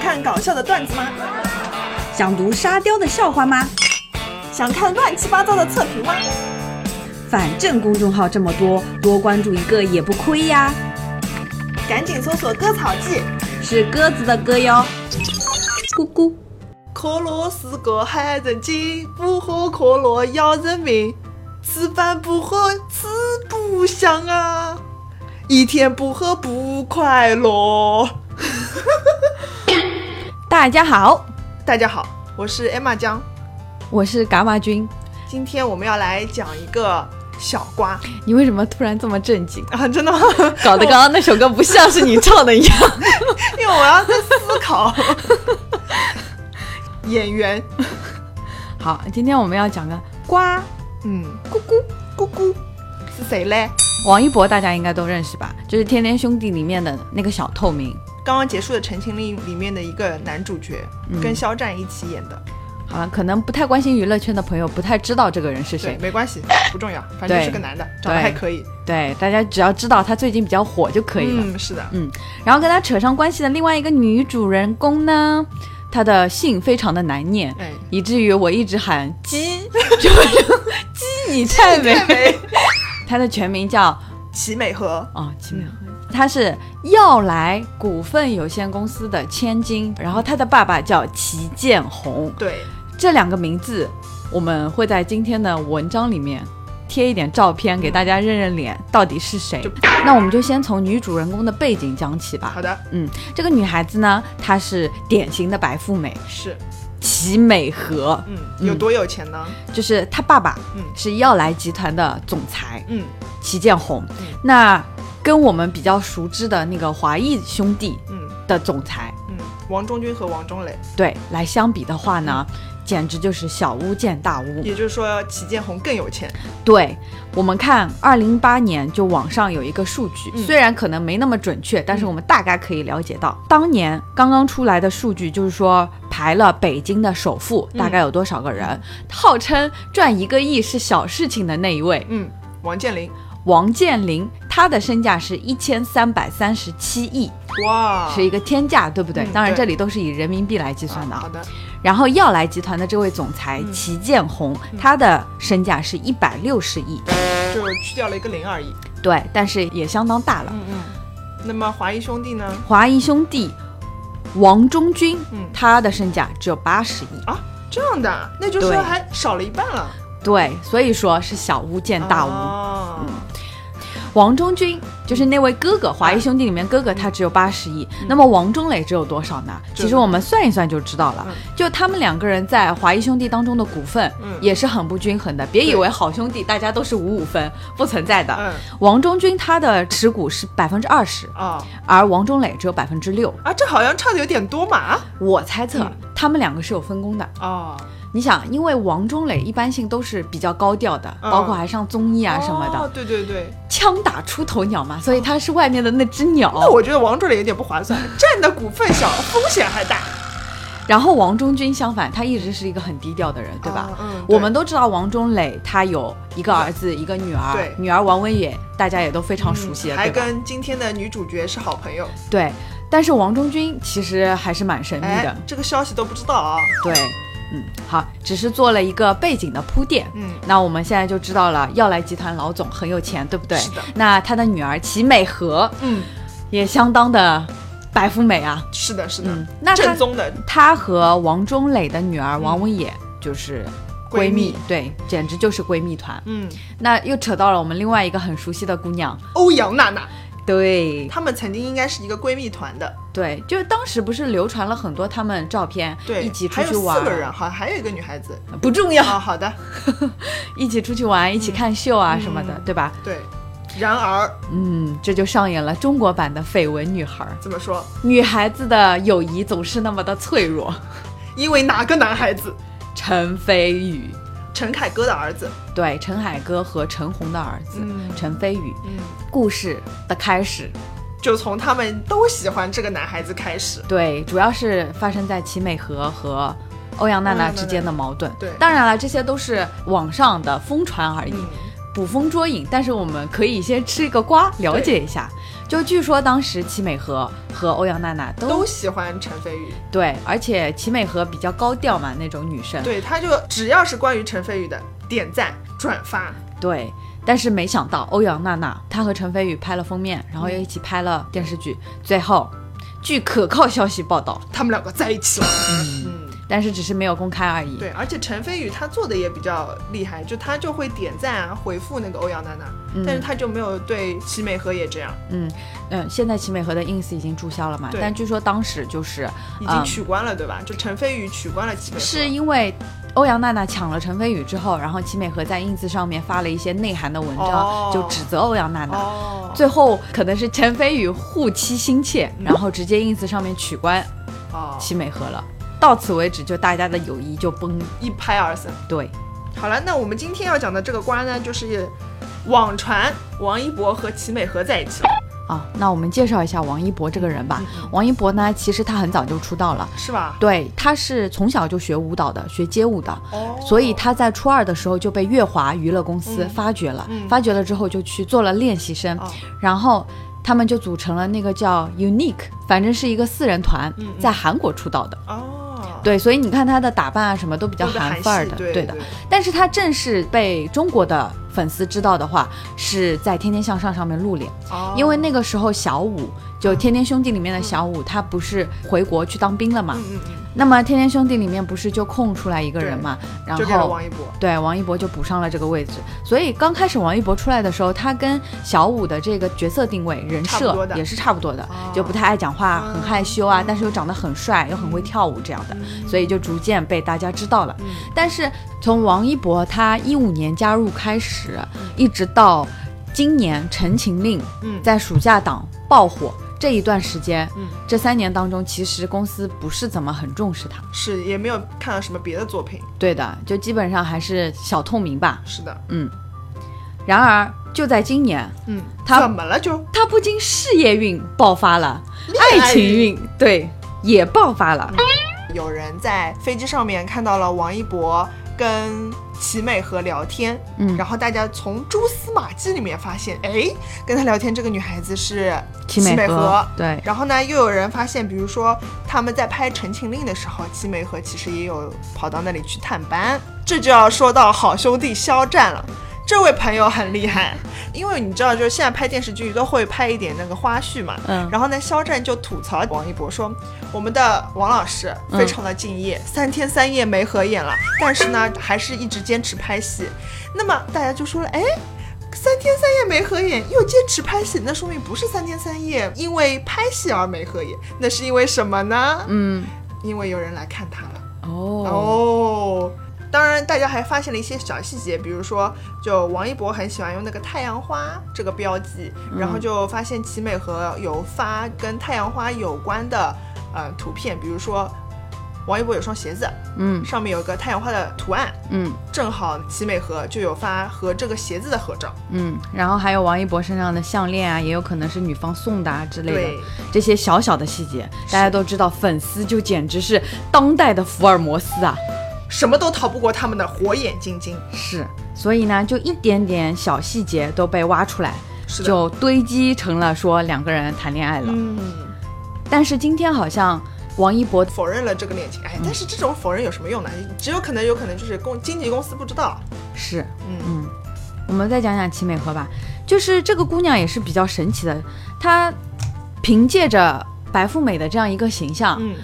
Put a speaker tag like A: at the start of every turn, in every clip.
A: 看搞笑的段子吗？
B: 想读沙雕的笑话吗？
A: 想看乱七八糟的测评吗？
B: 反正公众号这么多，多关注一个也不亏呀。
A: 赶紧搜索“割草记
B: 是鸽子的歌哟，咕咕。”。
A: 可乐是个害人精，不喝可乐要人命。吃饭不喝吃不香啊，一天不喝不快乐。
C: 大家好，
A: 大家好，我是艾玛江，
C: 我是嘎巴君。
A: 今天我们要来讲一个小瓜
C: 你为什么突然这么正经？
A: 啊，真的吗？
C: 搞得刚刚那首歌不像是你唱的一样。
A: 因为我要在思 考演员，
C: 好，今天我们要讲个瓜。
A: 嗯，咕咕咕咕是谁嘞？
C: 王一博大家应该都认识吧？就是《天天兄弟》里面的那个小透明。
A: 刚刚结束的《陈情令》里面的一个男主角，
C: 嗯
A: 跟肖战一起演的。
C: 好了，可能不太关心娱乐圈的朋友不太知道这个人是
A: 对，
C: 谁。
A: 没关系，不重要，反正
C: 对
A: 是个男的，长得还可以。
C: 对，大家只要知道他最近比较火就可以了。
A: 嗯，是的，
C: 然后跟他扯上关系的另外一个女主人公呢，她的姓非常的难念，
A: 哎，
C: 以至于我一直喊 鸡，就是鸡你太美。
A: 美，
C: 她的全名叫
A: 齐美和， 嗯
C: 哦，奇妙。他是耀来股份有限公司的千金，然后他的爸爸叫齐建红。
A: 对，
C: 这两个名字，我们会在今天的文章里面贴一点照片给大家认认脸，到底是谁
A: 就。
C: 那我们就先从女主人公的背景讲起吧
A: 好。的，
C: 这个女孩子呢，她是典型的白富美，
A: 是，
C: 齐美和，
A: 嗯，
C: 嗯
A: 有多有钱呢？
C: 就是她爸爸
A: 嗯
C: 是耀来集团的总裁。
A: 嗯，
C: 齐建红
A: 嗯。
C: 那跟我们比较熟知的那个华谊兄弟
A: 嗯
C: 的总裁，
A: 嗯，王中军和王中磊，
C: 对来相比的话呢，简直就是小巫见大巫。
A: 也就是说齐建红更有钱。
C: 对我们看，二零八年就网上有一个数据，
A: 嗯
C: 虽然可能没那么准确，但是我们大概可以了解到，当年刚刚出来的数据就是说排了北京的首富
A: 嗯
C: 大概有多少个人，号称赚一个亿是小事情的那一位
A: 嗯，王健林，
C: 王健林，他的身价是一千三百三十七亿。
A: 哇，
C: 是一个天价，对不对？
A: 啊嗯
C: 当然，
A: 对
C: 这里都是以人民币来计
A: 啊
C: 算的。
A: 好的，
C: 然后耀来集团的这位总裁
A: 嗯
C: 齐建红，他的身价是一百六十亿，
A: 就去掉了一个零而已。
C: 对，但是也相当大了。
A: 嗯嗯，那么华谊兄弟呢？
C: 华谊兄弟王中军，
A: 嗯
C: 他的身价只有八十亿，
A: 这样的啊，那就是说
C: 对
A: 还少了一半了。
C: 对，所以说是小巫见大嗯巫。
A: 哦
C: 王中军就是那位哥哥，华谊兄弟里面哥哥他只有八十亿，那么王中磊只有多少呢？
A: 嗯这
C: 其实我们算一算就知道了，就他们两个人在华谊兄弟当中的股份
A: 嗯
C: 也是很不均衡的。别以
A: 对
C: 为好兄弟大家都是五五分，不存在的。
A: 嗯
C: 王中军他的持股是百分之二十，
A: 啊
C: 而王中磊只有百分之六。
A: 啊，这好像差的有点多嘛。
C: 我猜测、
A: 嗯
C: 他们两个是有分工的。
A: 哦，
C: 你想，因为王中磊一般性都是比较高调的，
A: 嗯
C: 包括还上综艺啊什么的，
A: 哦，对对对，
C: 枪打出头鸟嘛，所以他是外面的那只鸟。
A: 那我觉得王助理有点不划算，占的股份小，风险还大，
C: 然后王中军相反，他一直是一个很低调的人，对吧？
A: 啊嗯，对
C: 我们都知道王中磊他有一个儿子，一个女儿
A: 对，
C: 女儿王文也大家也都非常熟悉
A: 嗯
C: 了，
A: 还
C: 对吧？
A: 跟今天的女主角是好朋友。
C: 对。但是王中军其实还是蛮神秘
A: 哎
C: 的，，
A: 这个消息都不知道啊。
C: 对，嗯，好，只是做了一个背景的铺垫。
A: 嗯，
C: 那我们现在就知道了，耀来集团老总很有钱，对不对？
A: 是的
C: 那他的女儿齐美和
A: 嗯，
C: 也相当的白富美啊。
A: 是的，是的，
C: 嗯，那他
A: 正宗的。
C: 他和王中磊的女儿王文也就是
A: 闺蜜
C: 对，简直就是闺蜜团。
A: 嗯，
C: 那又扯到了我们另外一个很熟悉的姑娘，
A: 欧阳娜娜，
C: 对
A: 她们曾经应该是一个闺蜜团的，
C: 对，就是当时不是流传了很多他们照片，
A: 对，
C: 一起出
A: 还有
C: 去玩，哎
A: 四个人，好像还有一个女孩子。
C: 不重要，
A: 啊，好的，
C: 一起出去玩，一起看秀啊
A: 嗯
C: 什么的，
A: 嗯
C: 对吧？
A: 对。然而
C: 嗯，这就上演了中国版的绯闻女孩儿。
A: 怎么说？
C: 女孩子的友谊总是那么的脆弱。
A: 因为哪个男孩子？
C: 陈飞宇，
A: 陈凯歌的儿子。
C: 对，陈凯歌和陈红的儿子、
A: 嗯
C: 陈飞宇，
A: 嗯，
C: 故事的开始，
A: 就从他们都喜欢这个男孩子开始。
C: 对，主要是发生在齐美和和欧阳
A: 欧阳
C: 娜
A: 娜
C: 娜
A: 娜
C: 之间的矛盾。
A: 嗯对
C: 当然了，这些都是网上的疯传而已。
A: 嗯，
C: 捕风捉影，但是我们可以先吃一个瓜，了
A: 对
C: 解一下。就据说当时齐美和和欧阳娜娜都
A: 都喜欢陈飞宇，
C: 对，而且齐美和比较高调嘛，那种女生。
A: 对，他就只要是关于陈飞宇的点赞转发，
C: 对，但是没想到欧阳娜娜她和陈飞宇拍了封面，然后又一起拍了电视剧，最后据可靠消息报道，
A: 他们两个在一起了。嗯，
C: 但是只是没有公开而已。
A: 对，而且陈飞宇他做的也比较厉害，就他就会点赞啊，回复那个欧阳娜娜，但是他就没有对齐美和也这样，
C: 嗯，现在齐美和的 ins 已经注销了嘛，
A: 对
C: 但据说当时就是
A: 已
C: 嗯
A: 经取关了，对吧？就陈飞宇取关了齐美和，
C: 是因为欧阳娜娜抢了陈飞宇之后，然后齐美和在 ins 上面发了一些内涵的文章，
A: 哦
C: 就指责欧阳娜娜。
A: 哦，
C: 最后可能是陈飞宇护妻心切，
A: 嗯
C: 然后直接 ins 上面取关
A: 哦，
C: 齐美和了。到此为止，就大家的友谊就崩。
A: 一拍而散。
C: 对，
A: 好了，那我们今天要讲的这个瓜呢，就是网传王一博和齐美和在一起了，
C: 啊，那我们介绍一下王一博这个人吧。王一博呢，其实他很早就出道了，
A: 是吧？
C: 对，他是从小就学舞蹈的，学街舞的。
A: 哦
C: 所以他在初二的时候就被月华娱乐公司
A: 嗯
C: 发掘了，
A: 嗯
C: 发掘了之后就去做了练习生，
A: 哦
C: 然后他们就组成了那个叫 Unique，反正是一个四人团，
A: 嗯嗯
C: 在韩国出道的。
A: 哦，
C: 对，所以你看他的打扮啊，什么都比较
A: 都是
C: 韩
A: 韩
C: 范儿
A: 系
C: 的，
A: 对
C: 的
A: 对。
C: 但是他正式被中国的粉丝知道的话，是在《天天向上》上面露脸。
A: 哦嗯
C: 因为那个时候小五就《天天兄弟》里面的小五，他不是回国去当兵了嘛？
A: 嗯嗯嗯，
C: 那么《天天兄弟》里面不是就空出来一个人嘛？然
A: 就给了
C: 后
A: 王一博。
C: 对王一博就补上了这个位置。所以刚开始王一博出来的时候，他跟小五的这个角色定位、人
A: 差不多
C: 设
A: 的
C: 也是差不多的，
A: 哦
C: 就不太爱讲话，
A: 嗯
C: 很害羞啊，但是又长得很帅，又很会跳舞这样
A: 哦
C: 的，
A: 嗯
C: 所以就逐渐被大家知道了。但是从王一博他一五年加入开始，一直到今年《陈情令》
A: 嗯
C: 在暑假档爆火这一段时间，
A: 嗯
C: 这三年当中，其实公司不是怎么很重视他。
A: 是也没有看到什么别的作品，
C: 对的，就基本上还是小透明吧。
A: 是的，
C: 然而就在今年，
A: 嗯，
C: 他
A: 怎么了就
C: 他不仅事业运爆发了，
A: 爱
C: 爱情运嗯对也爆发了。
A: 有人在飞机上面看到了王一博跟齐美和聊天，
C: 嗯
A: 然后大家从蛛丝马迹里面发现，哎，跟他聊天这个女孩子是
C: 齐
A: 美
C: 美
A: 和
C: 和，对
A: 然后呢，又有人发现，比如说他们在拍《陈情令》的时候，齐美和其实也有跑到那里去探班。这就要说到好兄弟肖战了。这位朋友很厉害，因为你知道，就是现在拍电视剧都会拍一点那个花絮嘛。
C: 嗯
A: 然后呢，肖战就吐槽王一博说，我们的王老师非
C: 嗯
A: 常的敬业，三天三夜没合眼了，但是呢，还是一直坚持拍戏。那么大家就说了，哎，三天三夜没合眼，又坚持拍戏，那说明不是三天三夜因为拍戏而没合眼，那是因为什么呢？
C: 嗯，
A: 因为有人来看他了。
C: 哦，
A: 哦。当然，大家还发现了一些小细节，比如说，就王一博很喜欢用那个太阳花这个标记，
C: 嗯
A: 然后就发现齐美和有发跟太阳花有关的呃图片，比如说王一博有双鞋子，
C: 嗯
A: 上面有个太阳花的图案，
C: 嗯
A: 正好齐美和就有发和这个鞋子的合照。
C: 嗯，然后还有王一博身上的项链啊，也有可能是女方送的啊之类
A: 对
C: 的，，这些小小的细节，大家都知道，粉丝就简直是当代的福尔摩斯啊。
A: 什么都逃不过他们的火眼金睛。
C: 是，所以呢，就一点点小细节都被挖出来，
A: 是的，
C: 就堆积成了说两个人谈恋爱了。
A: 嗯，
C: 但是今天好像王一博
A: 否认了这个恋情。哎，但是这种否认有什么用呢？只有可能，有可能就是公经纪公司不知道。
C: 是，
A: 嗯
C: 嗯，我们再讲讲齐美和吧，就是这个姑娘也是比较神奇的，她凭借着白富美的这样一个形象，
A: 嗯，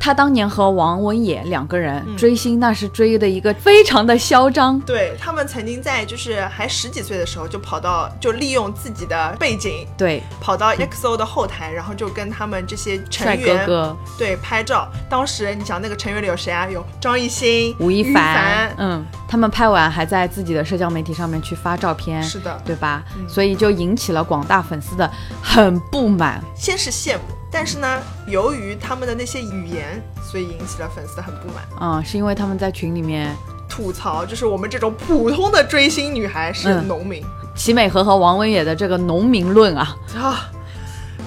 C: 她当年和王文野两个人
A: 嗯
C: 追星，那是追的一个非常的嚣张，
A: 对他们曾经在就是还十几岁的时候就跑到就利用自己的背景
C: 对，
A: 跑到 EXO 的后台，然后就跟他们这些成
C: 嗯帅
A: 员
C: 哥哥
A: 对拍照。当时你想那个成员里有谁啊？有张艺兴、
C: 吴亦
A: 亦
C: 凡
A: 凡，，
C: 嗯，他们拍完还在自己的社交媒体上面去发照片，
A: 是的
C: 对吧？
A: 嗯
C: 所以就引起了广大粉丝的很不满，
A: 先是羡慕，但是呢，由于他们的那些语言，所以引起了粉丝的很不满。
C: 嗯，是因为他们在群里面
A: 吐槽，就是我们这种普通的追星女孩
C: 嗯
A: 是农民、
C: 齐美和和王文野的这个农民论啊，
A: 啊，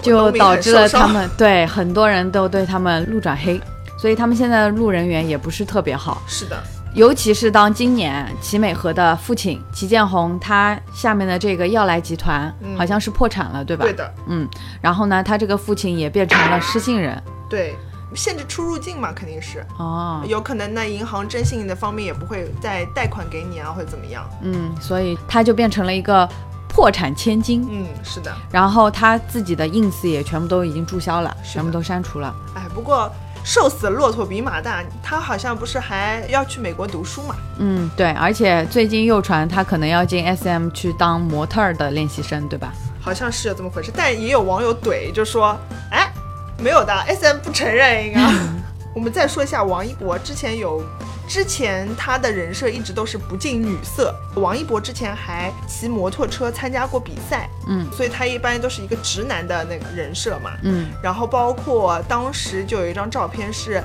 C: 就导致了他
A: 农民
C: 们对很多人都对他们路转黑，所以他们现在的路人缘也不是特别好。
A: 是的，
C: 尤其是当今年齐美和的父亲齐建宏他下面的这个耀莱集团
A: 嗯
C: 好像是破产了，对吧？
A: 对的，
C: 嗯，然后呢，他这个父亲也变成了失信人
A: 对，限制出入境嘛，肯定是。
C: 哦，
A: 有可能那银行征信的方面也不会再贷款给你啊，或者怎么样。
C: 嗯，所以他就变成了一个破产千金，
A: 嗯，是的。
C: 然后他自己的 ins 也全部都已经注销了，
A: 是的
C: 全部都删除了。
A: 哎，不过瘦死的骆驼比马大，他好像不是还要去美国读书嘛？
C: 嗯，对，而且最近又传他可能要进 SM 去当模特儿的练习生，对吧？
A: 好像是有这么回事。但也有网友怼，就说：“哎，没有的，SM 不承认应该。” 我们再说一下王一博，之前有，之前他的人设一直都是不近女色。王一博之前还骑摩托车参加过比赛，
C: 嗯
A: 所以他一般都是一个直男的那个人设嘛。
C: 嗯
A: 然后包括当时就有一张照片是，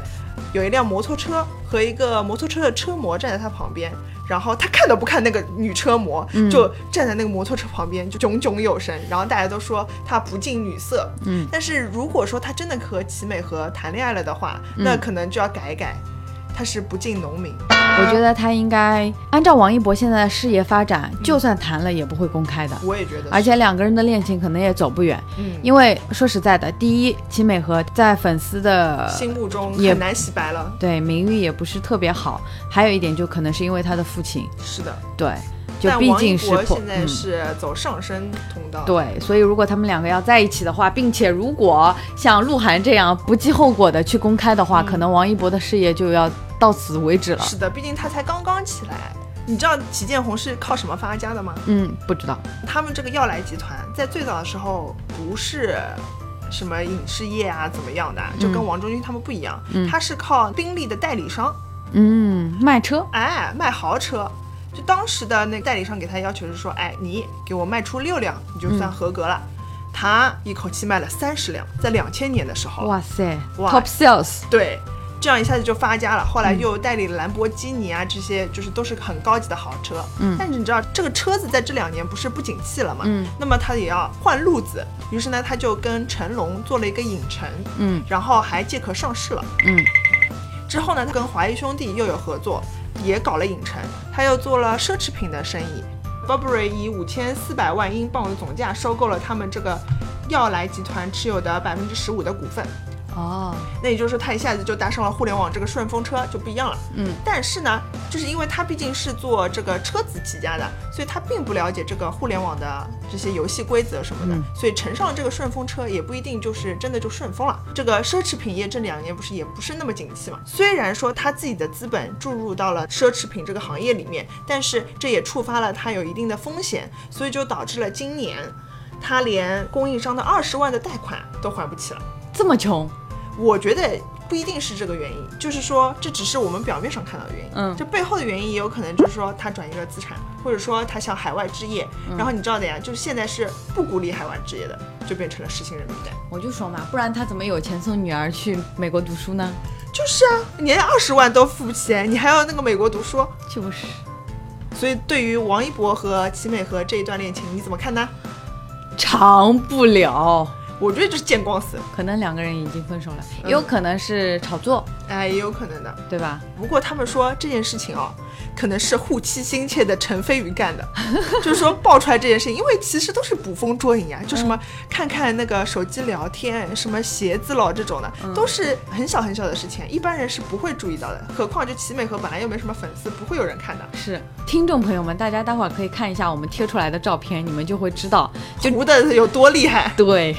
A: 有一辆摩托车和一个摩托车的车模站在他旁边，然后他看都不看那个女车模，
C: 嗯
A: 就站在那个摩托车旁边就炯炯有神，然后大家都说他不近女色，
C: 嗯，
A: 但是如果说他真的和齐美和谈恋爱了的话，
C: 嗯
A: 那可能就要改一改，他是不近农民，
C: 我觉得他应该按照王一博现在的事业发展，
A: 嗯
C: 就算谈了也不会公开的。
A: 我也觉得是，
C: 而且两个人的恋情可能也走不远，
A: 嗯，
C: 因为说实在的，第一，齐美和在粉丝的
A: 心目中
C: 呃也
A: 很难洗白了，
C: 对名誉也不是特别好，还有一点就可能是因为他的父亲，
A: 是的，
C: 对，就
A: 但
C: 毕
A: 王一
C: 竟是嗯
A: 博
C: 破
A: 现，在是走上升通道，
C: 对，所以如果他们两个要在一起的话，并且如果像鹿晗这样不计后果的去公开的话，可能王一博的事业就要到此为止了。
A: 是的，毕竟他才刚刚起来。你知道祁建宏是靠什么发家的吗？
C: 嗯，不知道，
A: 他们这个耀莱集团在最早的时候不是什么影视业啊怎么样的，就跟王中军他们不一样，他是靠宾利的代理商，
C: 嗯，卖车，
A: 哎，卖豪车。就当时的那个代理商给他要求是说，哎，你给我卖出六辆，你就算合格了。他一口气卖了三十辆，在两千年的时候，
C: 哇塞
A: 哇
C: t o p sales，
A: 对，这样一下子就发家了。后来又代理了兰博基尼啊，这些就是都是很高级的豪车。
C: 嗯
A: 但是你知道这个车子在这两年不是不景气了嘛？
C: 嗯，
A: 那么他也要换路子，于是呢，他就跟成龙做了一个影城，
C: 嗯
A: 然后还借壳上市了。
C: 嗯
A: 之后呢，他跟华谊兄弟又有合作，也搞了影城，他又做了奢侈品的生意。Burberry 以五千四百万英镑的总价收购了他们这个耀莱集团持有的百分之十五的股份。
C: 哦，
A: 那也就是说，他一下子就搭上了互联网这个顺风车，就不一样了。
C: 嗯，
A: 但是呢，就是因为他毕竟是做这个车子起家的，所以他并不了解这个互联网的这些游戏规则什么的，
C: 嗯
A: 所以乘上这个顺风车也不一定就是真的就顺风了。这个奢侈品业这两年不是也不是那么景气嘛？虽然说他自己的资本注入到了奢侈品这个行业里面，但是这也触发了他有一定的风险，所以就导致了今年他连供应商的二十万的贷款都还不起了。
C: 这么穷，
A: 我觉得不一定是这个原因，就是说这只是我们表面上看到的原因，
C: 嗯
A: 这背后的原因也有可能就是说他转移了资产，或者说他想海外置业，然后你知道的呀，就是现在是不鼓励海外置业的，就变成了实行人民贷。
C: 我就说嘛，不然他怎么有钱送女儿去美国读书呢？
A: 就是啊，你连二十万都付不起，你还要那个美国读书，
C: 就是，
A: 所以对于王一博和齐美和这一段恋情，你怎么看呢？
C: 长不了，
A: 我觉得就是见光死，
C: 可能两个人已经分手了，也有可能是炒作，
A: 哎，也有可能的。
C: 对吧？
A: 不过他们说这件事情哦，可能是护妻心切的陈飞宇干的， 就是说爆出来这件事情，因为其实都是捕风捉影啊，就什么看看那个手机聊天，什么鞋子咯这种的，都是很小很小的事情，一般人是不会注意到的。何况这齐美和本来又没什么粉丝，不会有人看的，
C: 是，听众朋友们，大家待会儿可以看一下我们贴出来的照片，你们就会知道。就
A: 糊的有多厉害。
C: 对，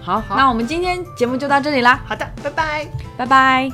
C: 好，那我们今天节目就到这里啦，
A: 好的，拜拜。
C: 拜拜。